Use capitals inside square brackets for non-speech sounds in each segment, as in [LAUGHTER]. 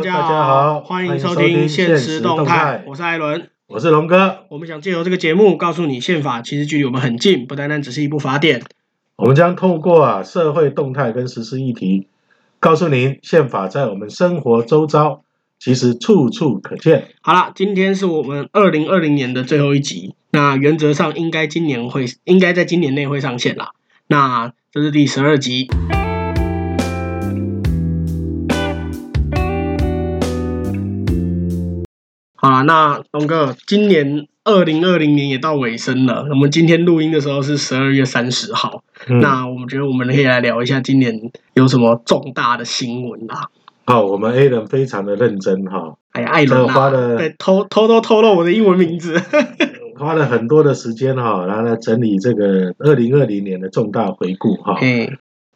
大 家大家好欢欢迎迎收收听听现实现实动动态态，我是艾伦。我是龙哥，我们想借由这个节目，告诉你宪法其实距离我们很近，不单单只是一部法典。我们将透过啊社会动态跟实施议题，告诉您宪法在我们生活周遭其实处处可见。好啦，今天是我们二零二零年的最后一集，那原则上应该今年会，应该在今年内会上线啦。那这是第十二集。好啦，那龙哥，今年二零二零年也到尾声了，我们今天录音的时候是十二月三十号。嗯，那我们觉得我们可以来聊一下今年有什么重大的新闻啊？好、我们 A 人非常的认真哈、哎呀，艾伦这花了啊，对，偷偷偷透露我的英文名字。花了很多的时间哈、然后来整理这个二零二零年的重大回顾哈、嘿，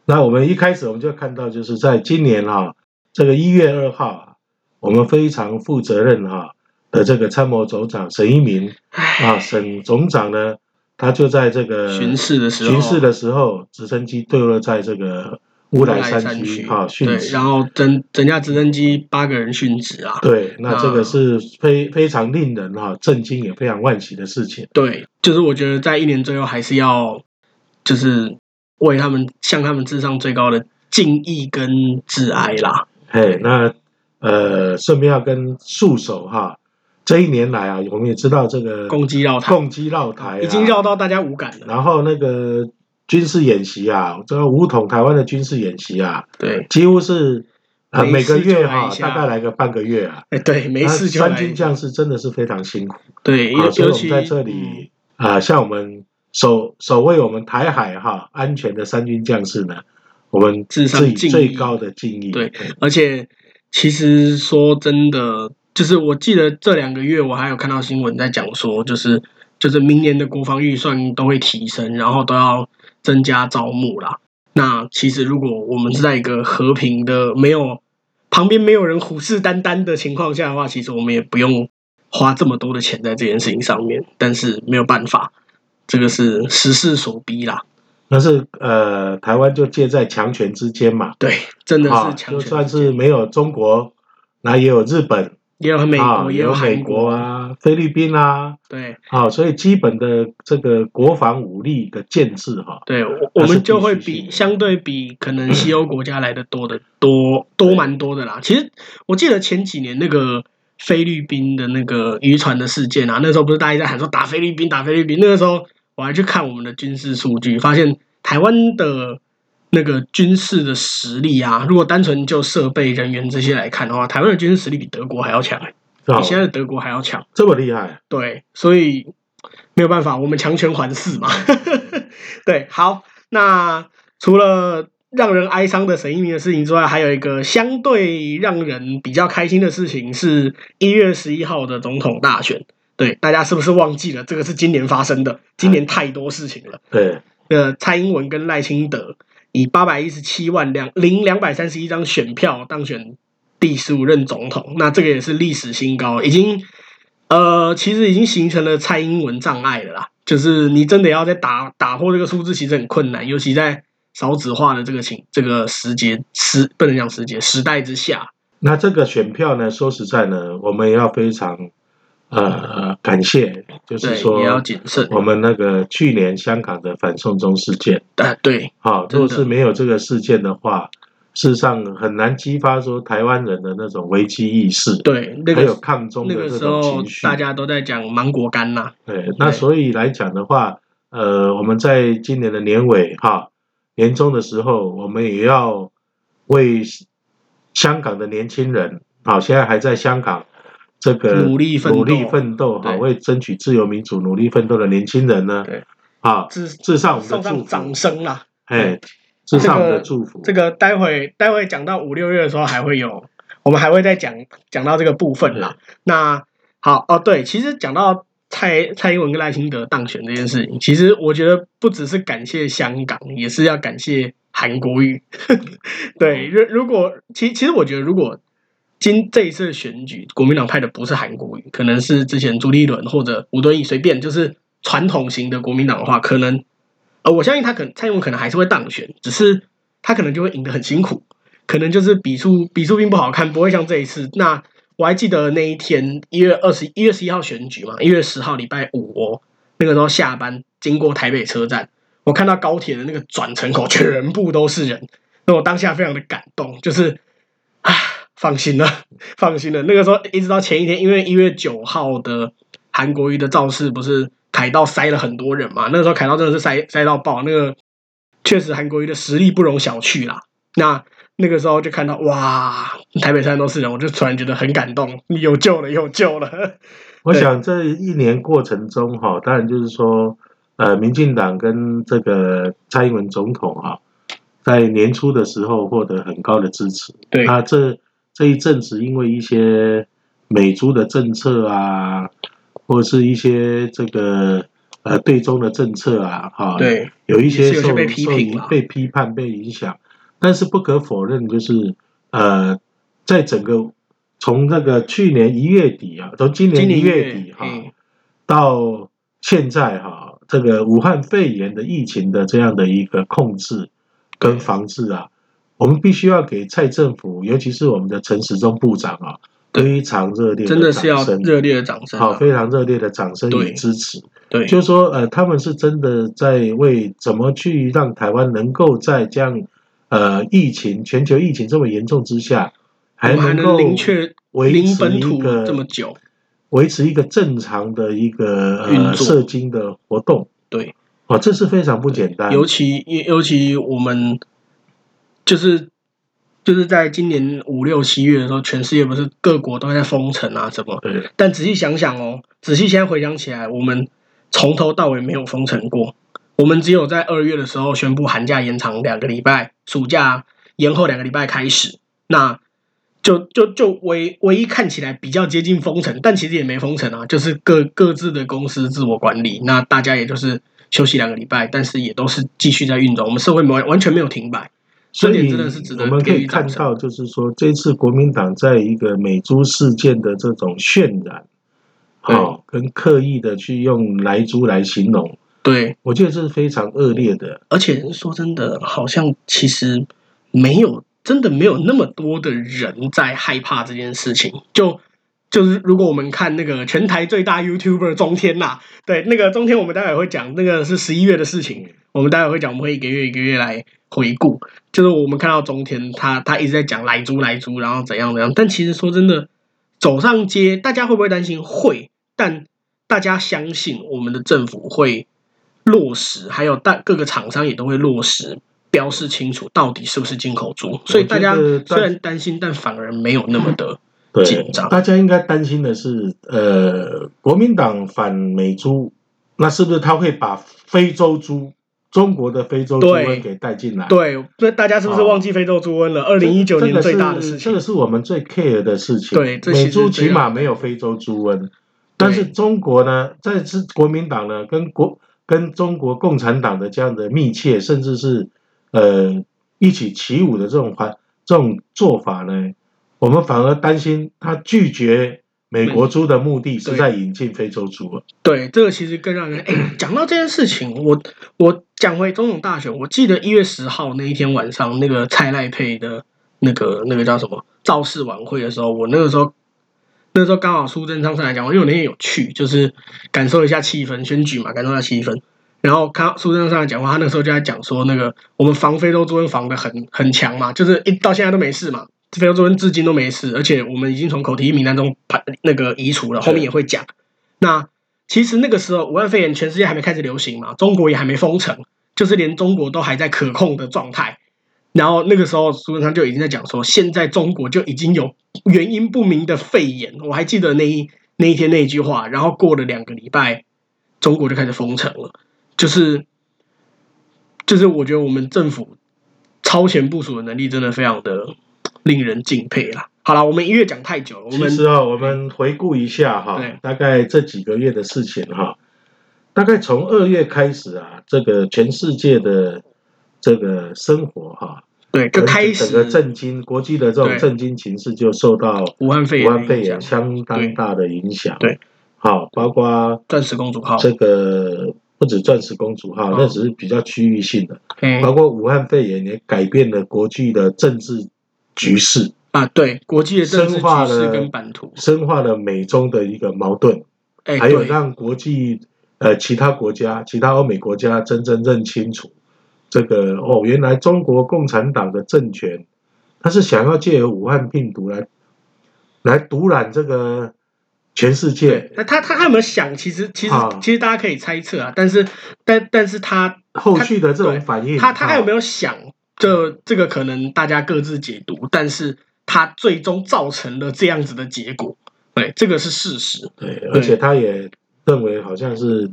那我们一开始我们就看到，就是在今年哈、这个一月二号、啊，我们非常负责任哈、的这个参谋总长沈一鸣唉，啊，沈总长呢，他就在这个巡视的时候，巡视的时候，直升机坠落在这个乌乌来来山区啊，殉对，职然。后整整架直升机八个人殉职啊，对，那这那个是非非常令人哈、震惊，也非常惋惜的事情。对，就是我觉得在一年最后还是要，就是为他们向他们致上最高的敬意跟致哀啦。嘿，那呃，顺便要跟束手哈、这一年来啊，我们也知道这个攻击绕台，共机绕台、啊、已经绕到大家无感了。然后那个军事演习啊，这个武统台湾的军事演习啊，对，几乎是呃没每事个月就来哈、一下大概来个半个月啊。哎，对，没那事就三来。军将士真的是非常辛苦，对，啊尤所以尤我们其嗯在这里啊、像我们守守卫我们台海哈安全的三军将士呢，我们致上致以敬意最高的敬意。对而且其实说真的，就是我记得这两个月我还有看到新闻在讲说，就是就是明年的国防预算都会提升，然后都要增加招募啦。那其实如果我们是在一个和平的、没有旁边没有人虎视眈眈的情况下的话，其实我们也不用花这么多的钱在这件事情上面。但是没有办法，这个是时势所逼啦。但是呃，台湾就介在强权之间嘛，对，真的啊，是强就权算之是间，没有中国，那也有日本也有美啊，国，也有美韩国，啊、菲律宾啊，对，啊，所以基本的这个国防武力的建制哈、对，我它我是嗯们就必会须性比的相对比可能西欧国家来的多的多多蛮多的啦。其实我记得前几年那个菲律宾的那个渔船的事件啊，那时候不是大家在喊说打菲律宾打菲律宾，那个时候我还去看我们的军事数据，发现台湾的那个军事的实力啊，如果单纯就设备、人员这些来看的话，台湾的军事实力比德国还要强、欸，是吧比现在的德国还要强。啊这么厉害，对，所以没有办法，我们强权环视嘛。 [LAUGHS] 对，好，那除了让人哀伤的沈一鸣的事情之外，还有一个相对让人比较开心的事情是一月十一号的总统大选。对，大家是不是忘记了？这个是今年发生的，今年太多事情了。对，呃，蔡英文跟赖清德以八百一十七万两零两百三十一张选票当选第十五任总统，那这个也是历史新高，已经呃，其实已经形成了蔡英文障碍了啦。就是你真的要再打打破这个数字，其实很困难，尤其在少子化的这个情这个时节时不能讲时节时代之下，那这个选票呢，说实在呢，我们也要非常呃感谢，就是对，说也要谨慎。我们那个去年香港的反送中事件，啊，对，啊，真的如果是没有这个事件的话，事实上很难激发说台湾人的那种危机意识，对，那还有个抗中那的个这时候种情绪。大家都在讲芒果干呐、对，那所以来讲的话，呃，我们在今年的年尾哈、年终的时候，我们也要为香港的年轻人，好、现在还在香港这个努力奋斗努力奋斗，哈、对为争取自由民主努力奋斗的年轻人呢对，啊，至致上我们送的祝上福掌，声啦！哎，致上我们的这个祝福，这个待会待会讲到五六月的时候还会有，我们还会再讲讲到这个部分啦。那好哦，对，其实讲到蔡蔡英文跟赖清德当选这件事情，其实我觉得不只是感谢香港，也是要感谢韩国瑜。 [LAUGHS] 对，如如果其其实我觉得如果。今这一次的选举，国民党派的不是韩国瑜，可能是之前朱立伦或者吴敦义，随便就是传统型的国民党的话，可能呃，我相信他可能蔡英文可能还是会当选，只是他可能就会赢得很辛苦。可能就是比数比数并不好看，不会像这一次。那我还记得那一天一月二十一月十一号选举嘛，一月十号礼拜五哦，那个时候下班经过台北车站，我看到高铁的那个转乘口全部都是人，那我当下非常的感动，就是啊，放心了，放心了。那个时候一直到前一天，因为一月九号的韩国瑜的造势不是凯道塞了很多人嘛，那个时候凯道真的是塞塞到爆，那个确实韩国瑜的实力不容小觑啦。那那个时候就看到哇，台北山都是人，我就突然觉得很感动，有救了，有救了。我想这一年过程中哈，当然就是说，呃，民进党跟这个蔡英文总统哈，在年初的时候获得很高的支持。对那这这一阵子因为一些美猪的政策啊，或者是一些这个呃对中的政策啊，哈、对，有一些也是有些受被批评受了被批判、被影响，但是不可否认，就是呃，在整个从那个去年一月底啊，从今今年年一一月底哈、嗯到现在哈、这个武汉肺炎的疫情的这样的一个控制跟防治啊，我们必须要给蔡政府，尤其是我们的陈时中部长啊，对非常热烈真的的是掌要声，热烈的掌声、好、啊。非常热烈的掌声对与支持。对，就是说，呃，他们是真的在为怎么去让台湾能够在这样，呃，疫情全球疫情这么严重之下，我还们还够零确维零持本一土个这么久，维持一个正常的一个运呃作社经的活动，对，哦，这是非常不简单。尤其尤其我们就是就是在今年五六七月的时候，全世界不是各国都在封城啊什么？对但仔细想想哦，仔细现在回想起来，我们从头到尾没有封城过，我们只有在二月的时候宣布寒假延长两个礼拜，暑假延后两个礼拜开始，那。就就就唯唯一看起来比较接近封城，但其实也没封城啊，就是各各自的公司自我管理，那大家也就是休息两个礼拜，但是也都是继续在运动，我们社会没有完全没有停摆，所这以点真的是值得我们可给以予掌看声到，就是说这次国民党在一个美猪事件的这种渲染，对哦，跟刻意的去用来猪来形容，对，我觉得这是非常恶劣的。而且说真的，好像其实没有真的没有那么多的人在害怕这件事情。就就是如果我们看那个全台最大 YouTuber 中天呐、对，那个中天我们待会会讲，那个是十一月的事情，我们待会会讲，我们会一个月一个月来回顾。就是我们看到中天他他一直在讲来猪来猪，然后怎样怎样，但其实说真的，走上街，大家会不会担心？会，但大家相信我们的政府会落实，还有大各个厂商也都会落实，标示清楚到底是不是进口猪。所以大家我觉得大虽然担心，但反而没有那么的对紧张大家应该担心的是，呃，国民党反美猪，那是不是他会把非洲猪、中国的非洲猪对瘟给带进来？对。那大家是不是好忘记非洲猪瘟了？二这零个，一九这年个最大是的事这情，个是我们最 care 的事情。对这其实美猪是最要起码没有非洲猪瘟，但是中国呢，这次国民党呢，跟国跟中国共产党的这样的密切，甚至是呃一起起舞的这种环这种做法呢，我们反而担心他拒绝美国猪的目的是在引进非洲猪了。对这个其实更让人哎，讲到这件事情，我我讲回总统大选，我记得一月十号那一天晚上，那个蔡赖配的那个那个叫什么造势晚会的时候，我那个时候那时候刚好苏贞昌上来讲，因为我那天有去，就是感受一下气氛，选举嘛，感受一下气氛。然后看到苏贞昌上来讲话，他那时候就在讲说，那个我们防非洲猪瘟防的很很强嘛，就是一到现在都没事嘛，非洲猪瘟至今都没事，而且我们已经从口蹄疫名单中排那个移除了，后面也会讲。那其实那个时候武汉肺炎全世界还没开始流行嘛，中国也还没封城，就是连中国都还在可控的状态。然后那个时候，苏贞昌就已经在讲说，现在中国就已经有原因不明的肺炎。我还记得那一那一天那一句话，然后过了两个礼拜，中国就开始封城了。就是就是，我觉得我们政府超前部署的能力真的非常的令人敬佩啦。好啦，我们一月讲太久了，我其们实啊，我们回顾一下哈对，大概这几个月的事情哈，大概从二月开始啊，这个全世界的这个生活哈，对就开整个始震惊，国际的这种对震惊情势就受到武汉肺武汉炎的肺影炎响，相当大的影响。对对，好，包括钻石公主号，这个不止钻石公主号，嗯那只是比较区域性的，嗯包括武汉肺炎也改变了国际的政治局势，啊，对，国际的政治深化局势了跟版图，深化了美中的一个矛盾，哎，还有对让国际呃其他国家、其他欧美国家真正认清楚这个哦，原来中国共产党的政权，他是想要借由武汉病毒来来毒染这个全世界对，，那他他他有没有想？其实其实啊其实大家可以猜测啊，但是但但是他后续的这种反应，啊他他还有没有？有想？这这个可能大家各自解读，但是他最终造成了这样子的结果，对，这个是事实。对，而且他也认为好像是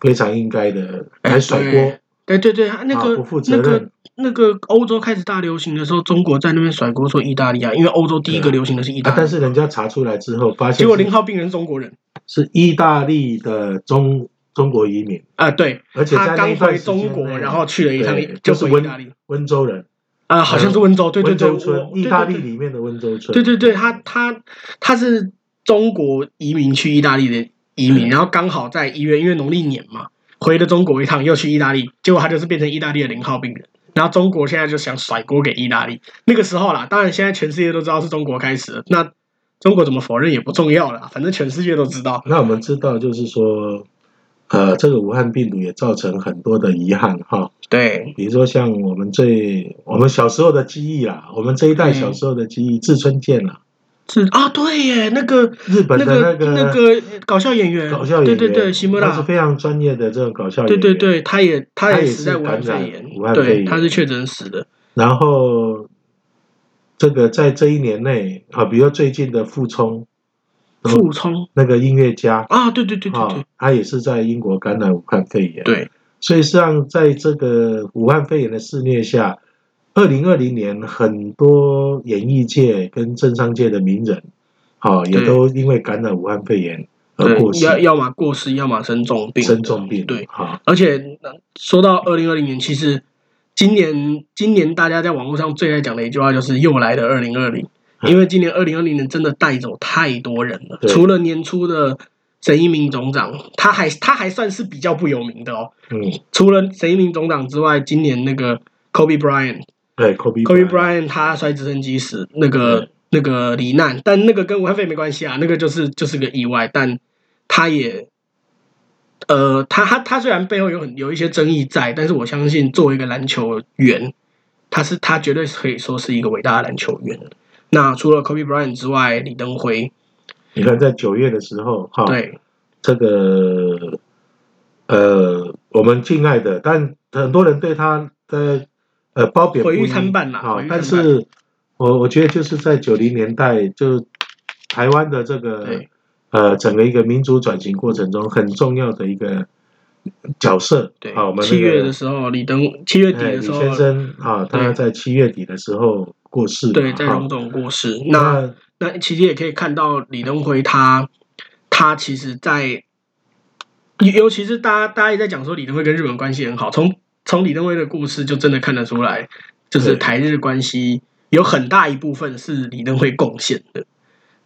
非常应该的，哎来甩锅。对对对，他那啊个不负责那个任那个欧洲开始大流行的时候，中国在那边甩锅说意大利啊，因为欧洲第一个对啊流行的是意大啊利，，但是人家查出来之后，发现结果是零号病人是中国人是意大利的中中国移民，啊，对，而且在他那刚一段回时间内中国，然后去了一趟对就就是回意温大利温州人，啊，好像是温州，对对温对，州我村，对意对大利对里面的温州村，对对对，他他他是中国移民去意大利的移民，嗯然后刚好在一月，因为农历年嘛，回了中国一趟，又去意大利，结果他就是变成意大利的零号病人。然后中国现在就想甩锅给意大利，那个时候啦，当然现在全世界都知道是中国开始的，那中国怎么否认也不重要了，反正全世界都知道。那我们知道就是说，呃，这个武汉病毒也造成很多的遗憾哈，对，比如说像我们最我们小时候的记忆啦，我们这一代嗯小时候的记忆，志村健啦，是啊，对耶，那个日本那个的个那个搞笑演员，搞笑演员，对对对，西村他是拉，非常专业的这种搞笑演对对。员，对，他也他他也也死在是武汉感染肺炎武汉，肺对，炎他是确诊死的。然后这个在这一年内啊，比如说最近的傅聪嗯傅聪那个音乐家啊，对对对对啊对，他也是在英国感染武汉肺炎。，对，所以实际上在这个武汉肺炎的肆虐下，二零二零年很多演艺界跟政商界的名人，啊，也对都因为感染武汉肺炎而过对，世要、要么过世，要么生重病，生重病。对，啊，而且呃说到二零二零年，其实今年今年大家在网络上最爱讲的一句话就是“又来了二零二零”，嗯因为今年二零二零年真的带走太多人了，对除了年初的沈一鸣总长，他还他还算是比较不有名的哦。嗯，除了沈一鸣总长之外，今年那个 Kobe Bryant 对，Kobe Kobe Bryant Bryant 他摔直升机死，那个对那个罹难，但那个跟武汉肺炎没关系啊，那个就是就是个意外，但他也，呃，他他他虽然背后有很有一些争议在，但是我相信作为一个篮球员，他是他绝对可以说是一个伟大的篮球员。那除了 Kobe Bryant 之外，李登辉，你看在九月的时候，哈，对这个呃，我们敬爱的，但很多人对他的呃褒贬不毁一誉参半啦好毁誉参半但是我我觉得就是在九零年代，就台湾的这个对呃整个一个民主转型过程中很重要的一个角色。啊对好，我，们那个七月的时候，李登七月底哎的李时候，先生啊，他对在七月底的时候过世嘛。对，在哈荣总过世，那那那其实也可以看到李登辉他他其实在，尤尤其是大家大家也在讲说李登辉跟日本关系很好，从从李登辉的故事就真的看得出来，就是对台日关系有很大一部分是李登辉贡献的。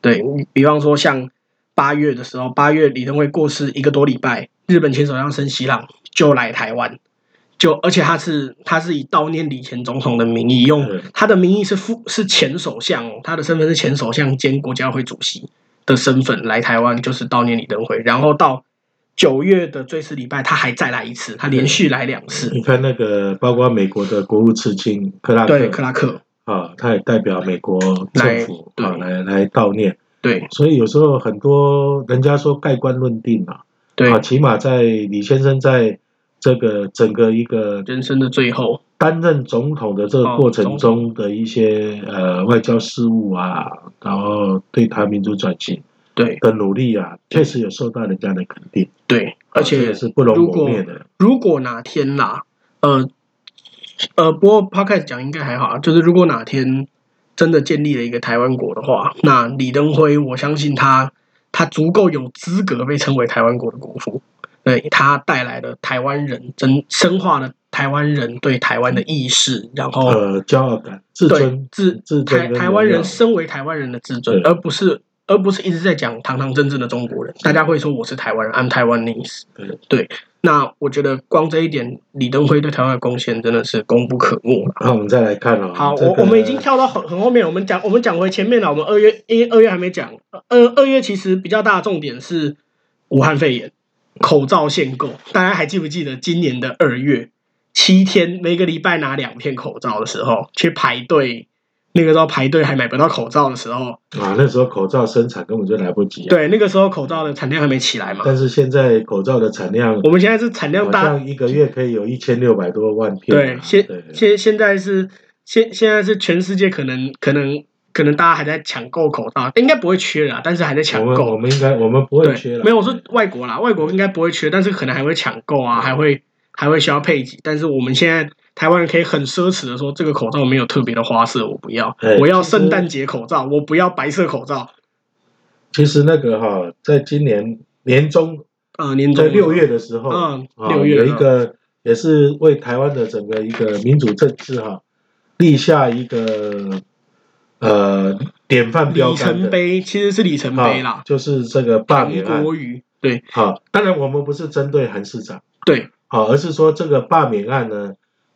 对比方说像八月的时候，八月李登辉过世一个多礼拜，日本前首相森喜朗就来台湾。就而且他是他是以悼念李前总统的名义，用嗯他的名义是副是前首相哦，他的身份是前首相兼国家会主席的身份来台湾，就是悼念李登辉。然后到九月的最次礼拜，他还再来一次，他连续来两次。你看那个，包括美国的国务次卿克拉克，对，克拉克，啊，他也代表美国来政府对啊来来悼念，对所以有时候很多人家说盖棺论定啊，对啊，，起码在李先生在这个整个一个人生的最后，担任总统的这哦个过程中的一些呃外交事务啊，然后对台民主转型对的努力啊，确实有受到人家的肯定，对，啊而这且个是不容如果磨灭的，如果哪天啦，呃呃，不过 podcast 讲应该还好啊，就是如果哪天真的建立了一个台湾国的话，那李登辉，我相信他他足够有资格被称为台湾国的国父。对他带来了台湾人真深化了台湾人对台湾的意识，然后、呃，骄傲感、自哦对尊、自自尊台跟台湾荣人耀身为台湾人的自尊，对而不是而不是一直在讲堂堂正正的中国人。大家会说我是台湾人，I'm Taiwanese。对对，那我觉得光这一点，李登辉对台湾的贡献真的是功不可没了。那我们再来看哦。好，这我个我们已经跳到很很后面，我们讲我们讲回前面了。我们二月，因为二月还没讲，二二月其实比较大的重点是武汉肺炎口罩限购。大家还记不记得今年的二月七天，每个礼拜拿两片口罩的时候，去排队，那个时候排队还买不到口罩的时候，啊，那时候口罩生产根本就来不及、啊。，对，那个时候口罩的产量还没起来嘛。但是现在口罩的产量我们现在是产量好大，像一个月可以有一千六百多万片对啊、，现对现现在是现现在是全世界可能可能可能大家还在抢购口罩，应该不会缺啦，但是还在抢我们我购。们应该我们不会对缺，了。没有我说外国啦，外国应该不会缺，但是可能还会抢购啊，还会还会需要配给。但是我们现在台湾人可以很奢侈的说，这个口罩没有特别的花色，我不要哎，我要其实圣诞节口罩，我不要白色口罩。其实那个哈、在今年年中呃，年在终六月的时候，嗯啊六月有一嗯个也是为台湾的整个一个民主政治哈、立下一个呃典范标里杆程的。碑其实是里程碑啊啦，就是这个罢免韩案国瑜对好，当然我们不是针对韩市长，对好，而是说这个罢免案呢，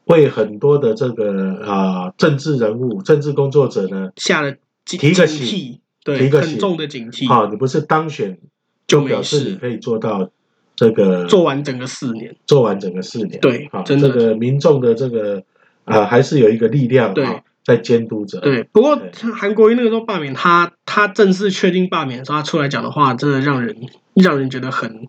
为很多的这个啊、政治人物、政治工作者呢，下了警提警个醒惕，对提个很醒重的警惕。好，你不是当选就嗯表没示你事，可以做到这个做完整个四年。做完整个四年，对好，真的这个民众的这个啊、还是有一个力量对啊在监督着，对，不过对韩国瑜那个时候罢免他，他正式确定罢免的时候，他出来讲的话，真的让人让人觉得很，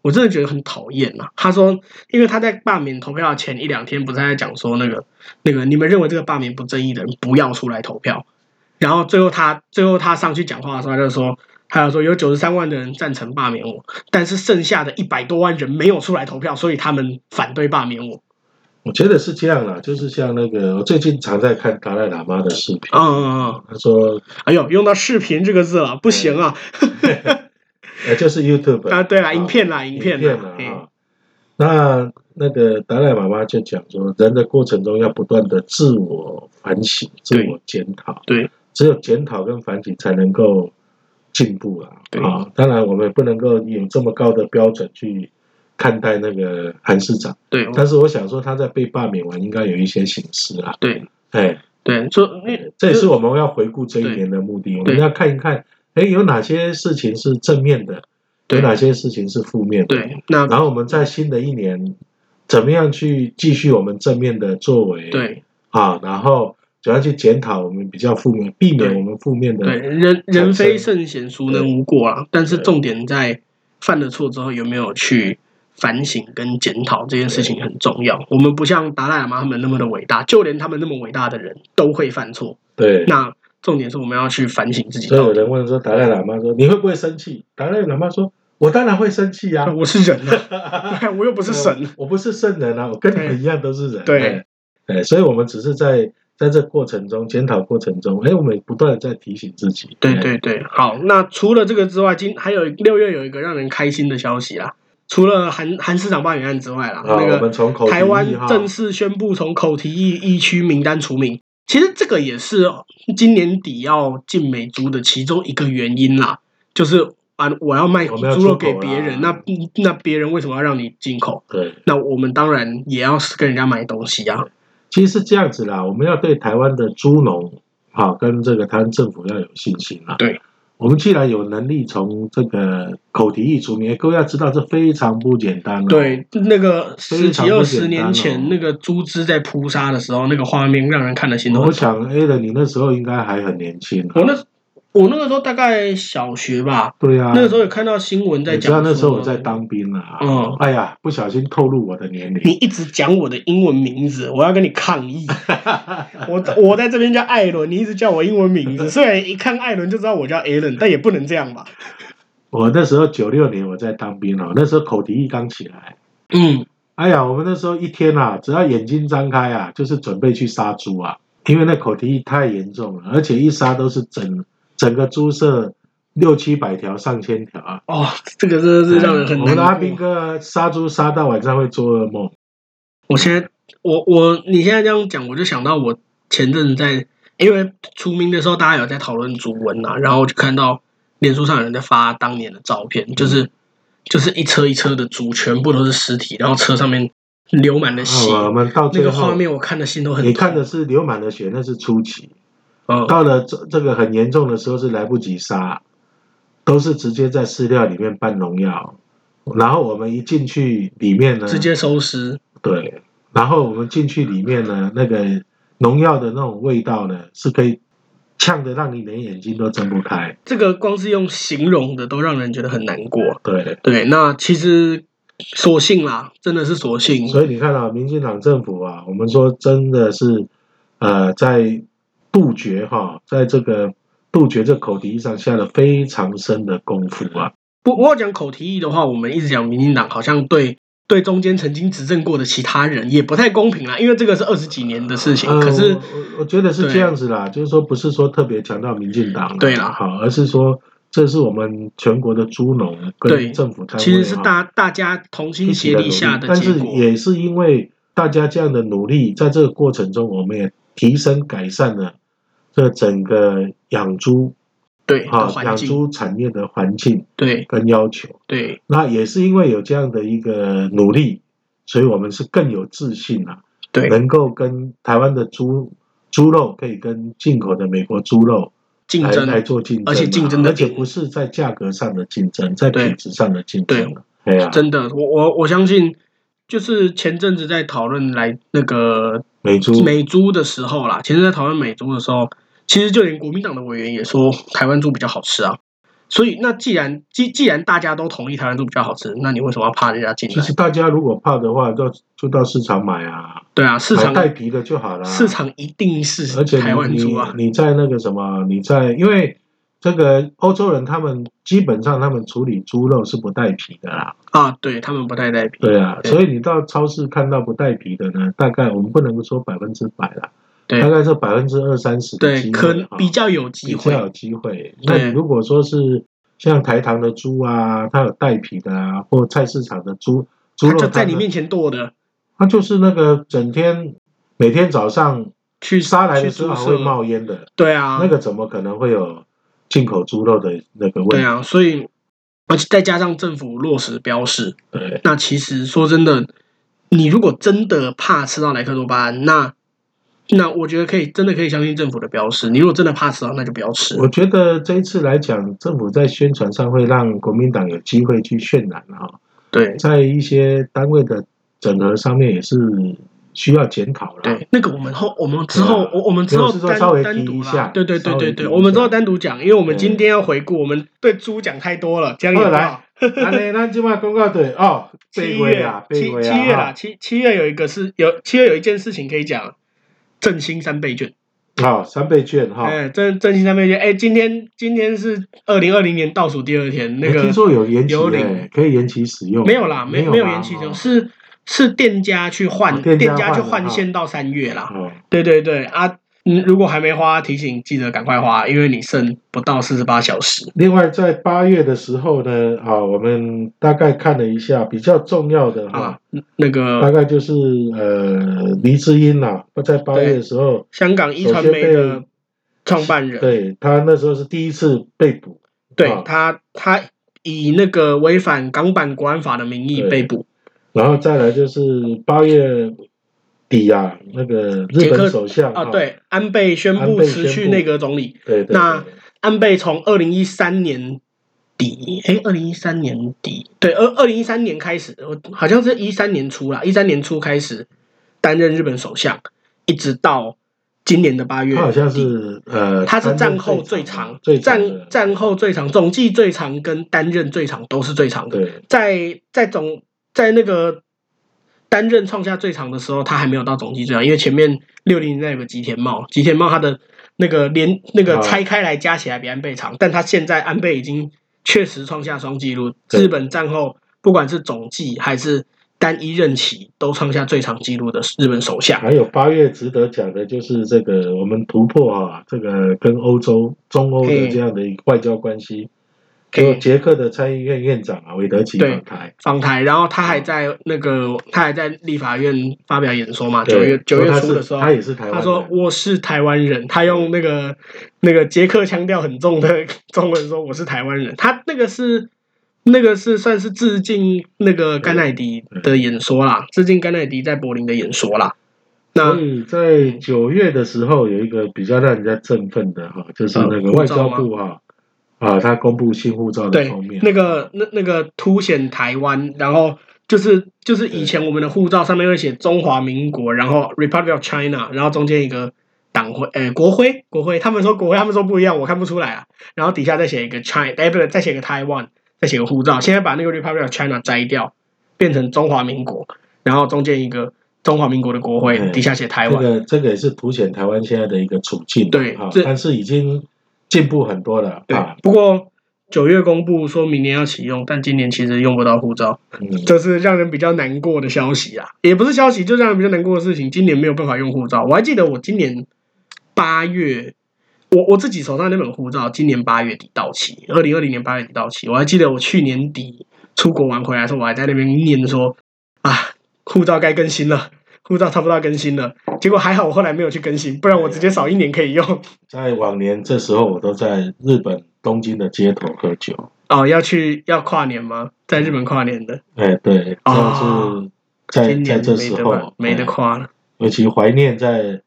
我真的觉得很讨厌啊。他说，因为他在罢免投票前一两天，不是在讲说那个那个，你们认为这个罢免不正义的人不要出来投票。然后最后他最后他上去讲话的时候，他就说，他就说有九十三万的人赞成罢免我，但是剩下的一百多万人没有出来投票，所以他们反对罢免我。我觉得是这样啦，就是像那个我最近常在看达赖喇嘛的视频，嗯嗯嗯。他说，哎呦，用到视频这个字了，不行啊！呃，就是 YouTube 啊，对啦，啊影片啦，影影片片啦，嘿啊。那那个达赖妈妈就讲说，人的过程中要不断的自我反省、自对我检讨，对，只有检讨跟反省才能够进步啊。对啊，当然我们也不能够有这么高的标准去看待那个韩市长，对但是我想说他在被罢免完，应该有一些形式啊。对哎，对，就那这也是就我们要回顾这一年的目的，我们对要看一看，哎，有哪些事情是正面的，有对哪些事情是负面的。对那然后我们在新的一年，怎么样去继续我们正面的作为？对啊，然后主要去检讨我们比较负面，避免对我们负面对，的。人人产非生圣贤，孰能无过啊？但是对重点在犯了错之后有没有去反省跟检讨这件事情很重要。我们不像达赖喇嘛他们那么的伟大，就连他们那么伟大的人都会犯错。对，那重点是我们要去反省自己所以到有底。人问说，达赖喇嘛说你会不会生气？达赖喇嘛说，我当然会生气呀、 [LAUGHS] [LAUGHS] 我是人啊，啊。我又不是神。 [LAUGHS] 我不是圣人啊，我跟你对们一样都是人。对哎，哎，所以我们只是在在这过程中检讨过程中，哎，我们不断的在提醒自己。对哎对对，好，那除了这个之外，今还有六月有一个让人开心的消息啦，除了韩韩市长罢免案之外啦，啊，我那们个从口台蹄疫湾哈正式宣布从口蹄疫疫区名单除名。其实这个也是今年底要进美猪的其中一个原因啦，就是啊，我要卖我们要猪肉给出口啦别人，那那别人为什么要让你进口？对。那我们当然也要跟人家买东西啊，其实是这样子啦，我们要对台湾的猪农啊，跟这个台湾政府要有信心啦。对，我们既然有能力从这个口蹄疫除名，各位要知道这非常不简单、哦。，对，那个十非常几不二简十单年哦前那个猪只在扑杀的时候，那个画面让人看了心痛。我想 A 的你那时候应该还很年轻、啊。我那我那个时候大概小学吧，对啊，那个时候有看到新闻在你讲知说，道那时候我在当兵啊。嗯哎呀，不小心透露我的年你龄。 [LAUGHS] 一直讲我的英文名字，我要跟你抗议。我我在这边叫艾伦，你一直叫我英文名字，虽然一看艾伦就知道我叫 Alan，但也不能这样吧？我那时候九六年我在当兵哦，那时候口蹄疫刚起来。嗯，哎呀，我们那时候一天啊，只要眼睛张开啊，就是准备去杀猪啊，因为那口蹄疫太严重了，而且一杀都是整整个猪舍六七百条、上千条啊。哦，这个真的是让人很我难们的过。阿兵哥杀猪杀到晚上会做噩梦。我现在，我我你现在这样讲，我就想到我前阵子在，因为除名的时候，大家有在讨论朱文啊，然后我就看到脸书上有人在发当年的照片，就是就是一车一车的猪，全部都是尸体，然后车上面流满了血，好我们到那最个画后，面我看的心都很你痛看的是流满了血，那是初期。嗯到了这这个很严重的时候是来不及杀，都是直接在饲料里面拌农药，然后我们一进去里面呢，直接收尸，对，然后我们进去里面呢，那个农药的那种味道呢，是可以呛得让你连眼睛都睁不开。这个光是用形容的都让人觉得很难过。对，对，那其实所幸啦，真的是所幸，所以你看啊，民进党政府啊，我们说真的是，呃，在杜绝哈、在这个杜绝这口蹄疫上下了非常深的功夫啊。不，我要讲口蹄疫的话，我们一直讲民进党好像对对中间曾经执政过的其他人也不太公平啦，因为这个是二十几年的事情。呃、嗯可是我我我觉得是对这样子啦，就是说不是说特别强调民进党、对啦啦，好，而是说这是我们全国的猪农对跟政府单位、啊、其实是大大家同一心起协的力努力下的但结是果。也是因为大家这样的努力，在这个过程中，我们也提升改善了这整个养猪对，的啊环养境，猪产业的环境对跟要求。对那也是因为有这样的一个努力，所以我们是更有自信了、对，能够跟台湾的猪猪肉可以跟进口的美国猪肉竞来来争，做竞争嘛，而且竞争得而且赢不是在价格上的竞争，在对品质上的竞对争了。对呀、真的，我我我相信，就是前阵子在讨论来那个美猪美猪的时候啦，其实在讨论美猪的时候，其实就连国民党的委员也说台湾猪比较好吃啊。所以，那既然既既然大家都同意台湾猪比较好吃，那你为什么要怕人家进其来实？大家如果怕的话，到就到市场买啊，对啊，市场买带皮的就好了。市，场一定是啊而且台湾你猪啊，你你在那个什么，你在因为这个欧洲人他们基本上他们处理猪肉是不带皮的啦，啊，对他们不太带皮，对啊，对所以你到超市看到不带皮的呢，大概我们不能说百分之百啦，对大概是百分之二三十的对，机可会能啊比较有机比会较，有机会。对那如果说是像台糖的猪啊，它有带皮的啊，或菜市场的猪他猪肉就在摊啊你呢面前剁的，他就是那个整天每天早上去杀来的时候去还注会射冒烟的，对啊，那个怎么可能会有进口猪肉的那个问对题？啊，所以而且再加上政府落实标示，对那其实说真的，你如果真的怕吃到莱克多巴胺，那那我觉得可以，真的可以相信政府的标示。你如果真的怕吃到，那就不要吃。我觉得这一次来讲，政府在宣传上会让国民党有机会去渲染啊、对在一些单位的整合上面也是需要检讨了。对，那个我们后我们之后对啊我我们之后没有是说单稍微单提独一啦下，对对对稍微对提对，一我们之后下单独讲，因为我们对今天要回顾，我们对猪讲太多了，这样有二没有来？安尼，咱即摆广告队哦，啊七八月月啊，八七月啊，七月啦，哈，七七月有一个是有七月有一件事情可以讲，振兴三倍券。好、哦三倍券哈、哎，振振兴三倍券，哎，今天今天是二零二零年倒数第二天，那哎个听说有延期、有领哎，可以延期使用，没有啦，没没没有吧延期哦中，是是店家去换，哦店家家换就了换哈线到三月啦。哦，对对对啊，嗯，如果还没花，提醒记得赶快花，因为你剩不到四十八小时。另外，在八月的时候呢，啊，我们大概看了一下比较重要的啊哈，，那大个概就是呃，黎智英啊，在八月的时候，香港一传媒的创办人，对他那时候是第一次被捕，对啊他他以那个违反港版国安法的名义对被捕，然后再来就是八月底啊，那个日捷克本首相啊，，对，安倍宣嗯安布倍辞宣去布内阁总理。对对对，那安倍从二零一三年底，诶，二零一三年底，对，二二零一三年开始，我好像是一三年初啦，一三年初开始担任日本首相，一直到今年的八月底。他好像是呃，他是担战任后最最长，最长的战战后最长，总计最长跟担任最长都是最长的。对在在总在那个担任创下最长的时候，他还没有到总计最长，因为前面六零年代有个吉田茂，吉田茂他的那个连那个啊拆开来加起来比安倍长，但他现在安倍已经确实创下双纪录，对日本战后不管是总计还是单一任期都创下最长纪录的日本首相。还有八月值得讲的就是这个，我们突破啊，这个跟欧洲、中欧的这样的一个外交关系，可就以捷克的参议院院长啊韦德奇对访台，访台，然后他还在那个他还在立法院发表演说嘛，九月对九月说他初是的时候，他也是台湾人，他说我是台湾人，他用那个那个捷克腔调很重的 [LAUGHS] 中文说我是台湾人，他那个是那个是算是致敬那个甘乃迪的演说啦，致敬甘乃迪在柏林的演说啦。所那以在九月的时候，有一个比较让人家振奋的哈，就是那个外交部啊啊，他公布新护照的对封面，那个那那个凸显台湾，然后就是就是以前我们的护照上面会写中华民国，然后 Republic of China，然后中间一个。党徽，呃，国徽，国徽，他们说国徽，他们说不一样，我看不出来啊。然后底下再写一个 China，哎，不对，再写个台湾，再写个护照。现在把那个 Republic of China 摘掉，变成中华民国，然后中间一个中华民国的国徽，嗯底下写台这湾。个这个也是凸显台湾现在的一个处境，对啊这，但是已经进步很多了对啊，，不过九月公布说明年要启用，但今年其实用不到护照，嗯，这是让人比较难过的消息啊，也不是消息，就让人比较难过的事情。今年没有办法用护照，我还记得我今年八月。我我自己手上那本护照，今年八月底到期，二零二零年八月底到期。我还记得我去年底出国玩回来的时候，我还在那边念说啊，护照该更新了，护照差不多要更新了。结果还好我后来没有去更新，不然我直接少一年可以用。在往年这时候我都在日本东京的街头喝酒，哦，要去要跨年吗？在日本跨年的，哎，对，啊就是在今在年这没时得候玩，没得哎跨了。尤其怀念在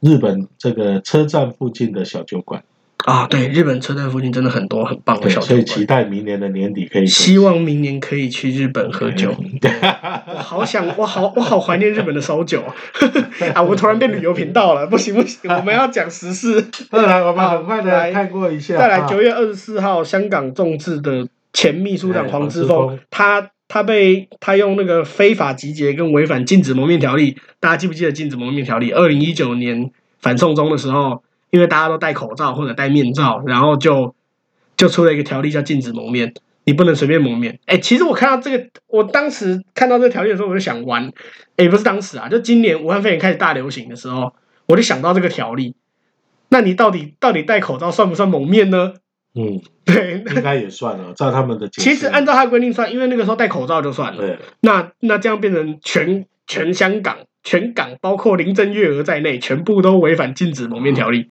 日本这个车站附近的小酒馆，啊，对，日本车站附近真的很多很棒的嗯对，哦小所酒以期馆，待明年的年底可以希望明年可以去日本喝酒。我嗯呃好想，我好，我好怀念日本的烧酒 [LAUGHS] 啊！啊，我们突然变旅游频道了，不行不行，我们要讲时 [LAUGHS] 事。 [LAUGHS] 再来，我们很快好来的看过一下。再来，啊九月二十四号，香港众志的前秘书长哎黄黄之之锋锋，他他被他用那个非法集结跟违反禁止蒙面条例，大家记不记得禁止蒙面条例？二零一九年反送中的时候，因为大家都戴口罩或者戴面罩，然后就就出了一个条例叫禁止蒙面。你不能随便蒙面。哎、其实我看到这个，我当时看到这个条例的时候，我就想玩。哎、不是当时啊，就今年武汉肺炎开始大流行的时候，我就想到这个条例。那你到底到底戴口罩算不算蒙面呢？ [LAUGHS] 嗯，对，应该也算了，照他们的解释。其实按照他的规定算，因为那个时候戴口罩就算了。对那那这样变成全全香港、全港包括林郑月娥在内，全部都违反禁止蒙面条例。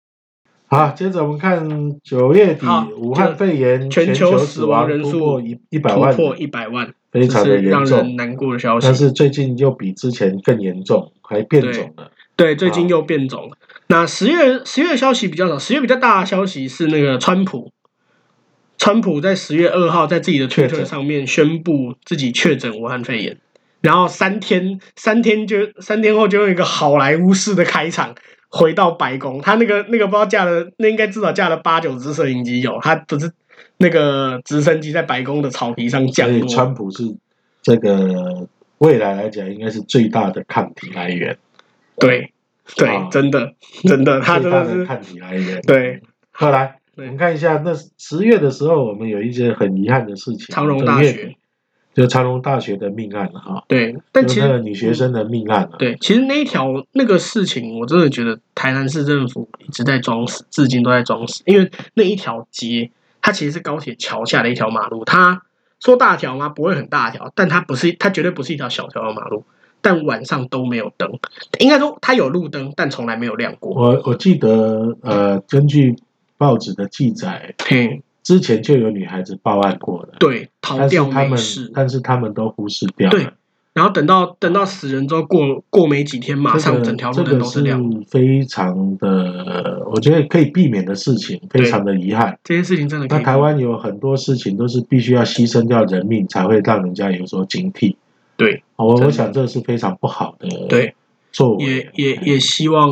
好，接着我们看九月底好武汉肺炎全球球死死亡亡人数突破一一百突万人，破一百万，非这常是的让严人重。难过的消息但。是最近又比之前更严重，还变种了。对，最近好又变种。那十月十月消息比较少，十月比较大的消息是那个川普，川普在十月二号在自己的推确诊特上面宣布自己确诊武汉肺炎，然后三天三天就三天后就用一个好莱坞式的开场回到白宫，他那个那个不知道架了，那应该至少架了八九只摄影机有，他不是那个直升机在白宫的草皮上所降以落，川普是这个未来来讲，应该是最大的抗体来源，对对，啊真的真的，他最真大的的是抗体来源。对。后来我对们看一下，那十月的时候，我们有一些很遗憾的事情，长荣九大月学底，就长荣大学的命案了哈，对，但就其那实个女学生的命案了，对，其实那一条那个事情，我真的觉得台南市政府一直在装死，至今都在装死。因为那一条街，它其实是高铁桥下的一条马路。它说大条吗？不会很大条，但它不是，它绝对不是一条小条的马路。但晚上都没有灯，应该说它有路灯，但从来没有亮过。我我记得呃，根据报纸的记载，嘿，之前就有女孩子报案过的，对，逃但是掉他没们哦事。但是他们都忽视掉对了，然后等到等到死人之后，过过没几天，马这上个整条路这灯个都是是亮的。非常的，呃我觉得可以避免的事情，非常的遗憾。这件事情真的可那以。台湾有很多事情都是必须要牺牲掉人命才会让人家有所警惕。哦对我真的我想这是非常不好的对，作也为。也也希望，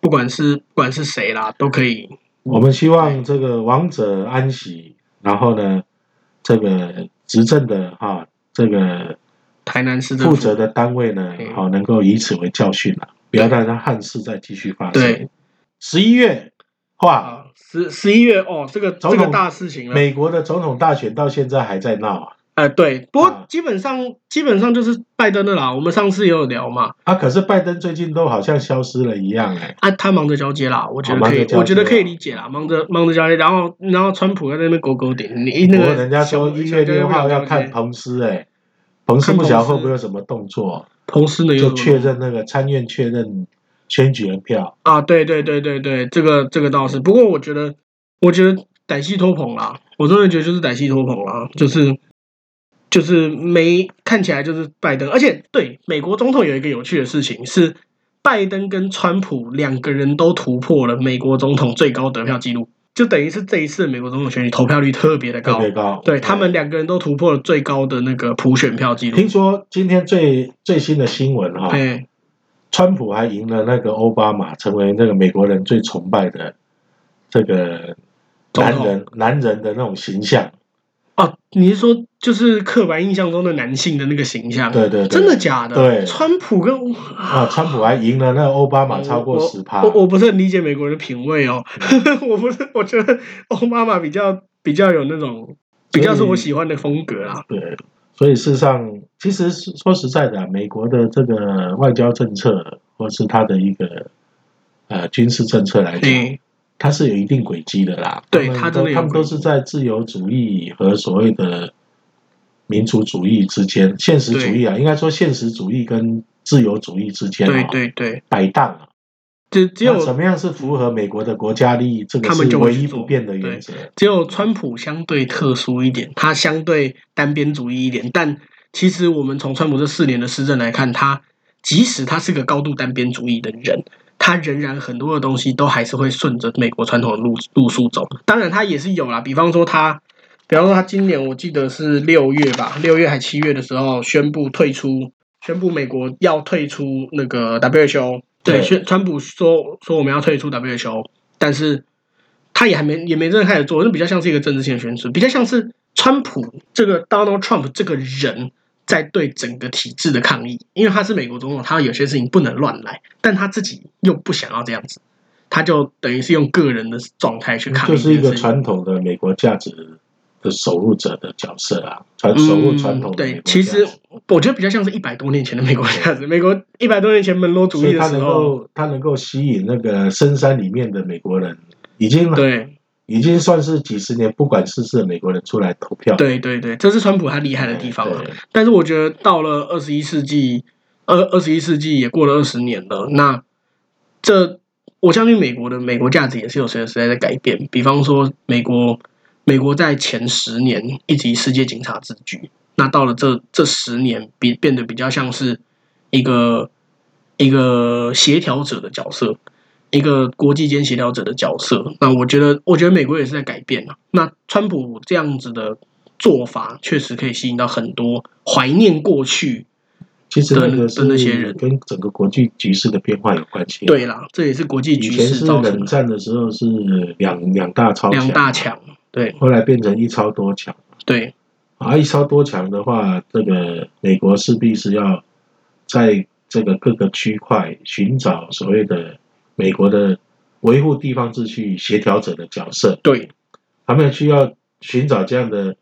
不管是不管是谁啦，都可以。我们希望这个王者安息，然后呢，这个执政的哈、这个台南市政负府责的单位呢嗯，好、能够以此为教训了、不要让它憾事再继续发对生。十一月，哇，啊，十十一月哦，这个这总统个大事情了。美国的总统大选到现在还在闹啊，呃，对，不过啊基本上、基本上就是拜登的啦。我们上次也有聊嘛，啊，可是拜登最近都好像消失了一样哎、啊，他忙着交接啦，我觉哦得忙可以着，交我觉得接可以啦理解啦，忙着忙着交接，然后然后川普在那边勾勾顶，你不那过个人家说小一月小六号要看交接彭斯哎、彭斯看不彭晓得会斯不会有什么动作，彭斯的有什就么确认那个参院确认选举人票。啊，对对对对对，这个这个倒是，不过我觉得我觉得歹戏拖棚啦，我真的觉得就是歹戏拖棚啦，就是就是没看起来就是拜登，而且对美国总统有一个有趣的事情是，拜登跟川普两个人都突破了美国总统最高得票记录，就等于是这一次美国总统选举投票率特别的特高，别高，对他们两个人都突破了最高的那个普选票记录哎听，说今天最最新的新闻哈、哎，川普还赢了那个奥巴马，成为那个美国人最崇拜的这个总男统人男人的那种形象。哦，你是说就是刻板印象中的男性的那个形象？对对对，哦真的假的？对川普跟啊，川普还赢了那个奥巴马 [LAUGHS] 超过十嗯趴我。我我不是很理解美国人的品味哦， [LAUGHS] 我不是，我觉得奥巴马比较比较有那种比较是我喜欢的风格啊啦。对，所以事实上，其实是说实在的啊、美国的这个外交政策，或是他的一个呃军事政策来讲，对它是有一定轨迹的啦。嗯对他它真们都的有他们都轨迹是在自由主义和所谓的民族主义之间，现实主义啊，应该说现实主义跟自由主义之间、啊、嗯对对对，摆荡啊。只只那怎有么样是符合美国的国家利益？这个他们是就会唯去一做不变的对原则。只有川普相对特殊一点，他相对单边主义一点，但其实我们从川普这四年的施政来看，他即使他是个高度单边主义的人，他仍然很多的东西都还是会顺着美国传统的路路数走。当然，他也是有啦，比方说他，比方说他今年我记得是六月吧，六月还七月的时候宣布退出，宣布美国要退出那个 WHO。对，对宣川普说说我们要退出 WHO，但是他也还没也没真的开始做，那比较像是一个政治性的宣示，比较像是川普这个 Donald Trump 这个人在对整个体制的抗议，因为他是美国总统，他有些事情不能乱来，但他自己又不想要这样子，他就等于是用个人的状态去抗议就这是件一事情，个传统的美国价值的守护者的角色啊，传守护传统嗯、的对，美国价值、其实我觉得比较像是一百多年前的美 [LAUGHS] 国价值，美国一百多年前门罗主所义以的他时能候，够他能够吸引那个深山里面的美国人，已经对。已经算是几十年不管世事的美国人出来投票。对对对，这是川普他厉害的地方啊了。对但是我觉得到了二十一世纪，二二十一世纪也过了二十年了，那这我相信美国的美国价值也是有随着时代在改变。比方说，美国美国在前十年一级世界警察自居，那到了这这十年，比变得比较像是一个一个协调者的角色，一个国际间协调者的角色。那我觉得，我觉得美国也是在改变啊。那川普这样子的做法，确实可以吸引到很多怀念过去。其实那的个的那些是人跟整个国际局势的变化有关系。，啊对啦，这也是国际以局前势是造成冷的战的时候是两两大超两强，大强。对后来变成一超多强。对啊，一超多强的话，这个美国势必是要在这个各个区块寻找所谓的美国的维护地方秩序协调者的角色，对他们需要寻找这样的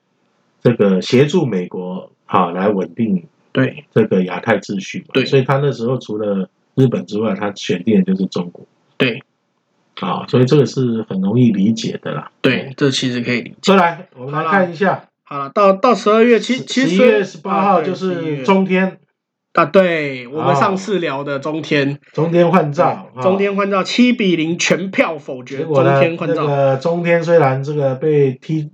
这个协助美国好来稳定对这个亚太秩序嘛。对所以他那时候除了日本之外，他选定的就是中国对啊，所以这个是很容易理解的啦。对，这其实可以理解。再来，我们来看一下，好了，到到十二月，其实其十实一虽月十八号就啊对11是月中天。啊，对我们哦上次聊的中天，中天换照，啊中天换照七比零全票否决，结中果呢？天换这照，个中天虽然这个被踢，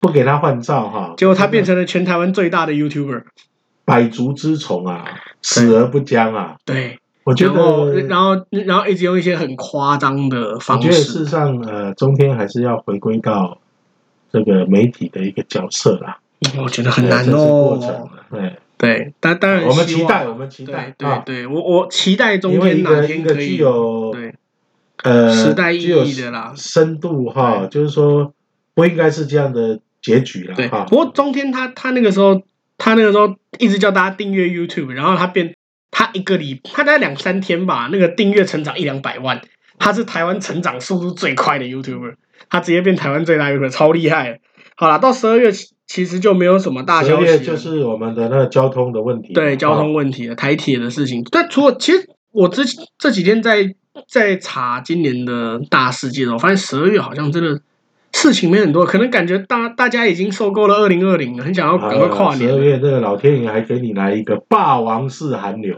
不给他换照哈，结果他变成了全台湾最大的 YouTuber。百足之虫啊，死而不僵啊。对，我觉然得，后呃我然后然后一直用一些很夸张的方觉得事实式，上，呃，中天还是要回归到这个媒体的一个角色啦，我觉得很对难这是过程哦。啊。对，对，但当然我们希期望待，我们期待对，对啊，对，我我期待中因为天一哪个一天个可具以有对呃时代意具有义的啦深度哈，对就是说不应该是这样的结局啦对，哈。不过中天他他那个时候，他那个时候一直叫大家订阅 YouTube，然后他变他一个礼，他大概两三天吧，那个订阅成长一两百万，他是台湾成长速度最快的 YouTuber，他直接变台湾最大 YouTuber，超厉害的。好啦，到十二月其实就没有什么大十消息月了，就是我们的那个交通的问题嘛，对交哦通问题了，台铁的事情。但除了其实我之这几天在在查今年的大事件，哦我发现十二月好像真的事情没很多，可能感觉大大家已经受够了二零二零了，很想要赶快跨年哎十二了月这个老天爷还给你来一个霸王式寒流，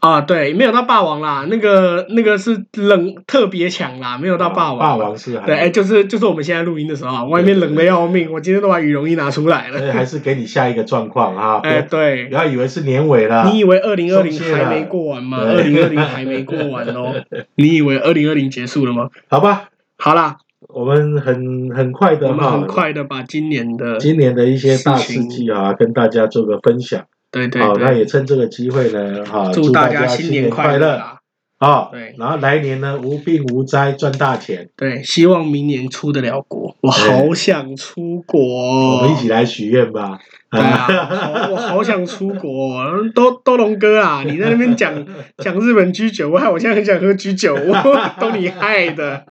啊。对，没有到霸王啦，那个那个是冷特别强啦，没有到霸王。霸王式寒对，流，哎，就是就是我们现在录音的时候啊，外面冷的要命，我今天都把羽绒衣拿出来所以了。哎还是给你下一个状况啊！哎，不对，要不要以为是年尾了，你以为二零二松零懈了还没过完吗？二啊对零二零还没过完 [LAUGHS] 哦。你以为二零二零结束了吗？好吧？好啦，我们很很快的我们哈，很快的把今年的今年的一些大事事情迹啊，跟大家做个分享。对对好，那对，也趁这个机会呢，哈，祝大家新年乐快乐啊！啊对！然后来年呢，无病无灾，赚大钱。对，希望明年出得了国，我好想出国。哦我们一起来许愿吧！对啊，我好我好想出国哦、都都龙哥啊，你在那边 [LAUGHS] 讲讲日本居酒屋，害我现在很想喝居酒屋，都你害的。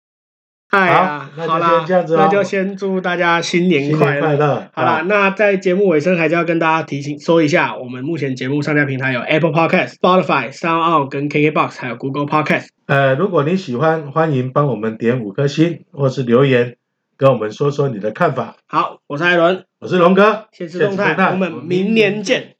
哎呀，好那就好啦，先这样子哦那就先祝大家新年新快年快乐。乐！好啦，那在节目尾声还是要跟大家提醒说一下，我们目前节目上架平台有 Apple Podcast、Spotify、Sound On 跟 KKBox，还有 Google Podcast。呃，如果你喜欢，欢迎帮我们点五颗星，或是留言跟我们说说你的看法。好，我是艾伦，我是龙哥，现实动态，我们明年见。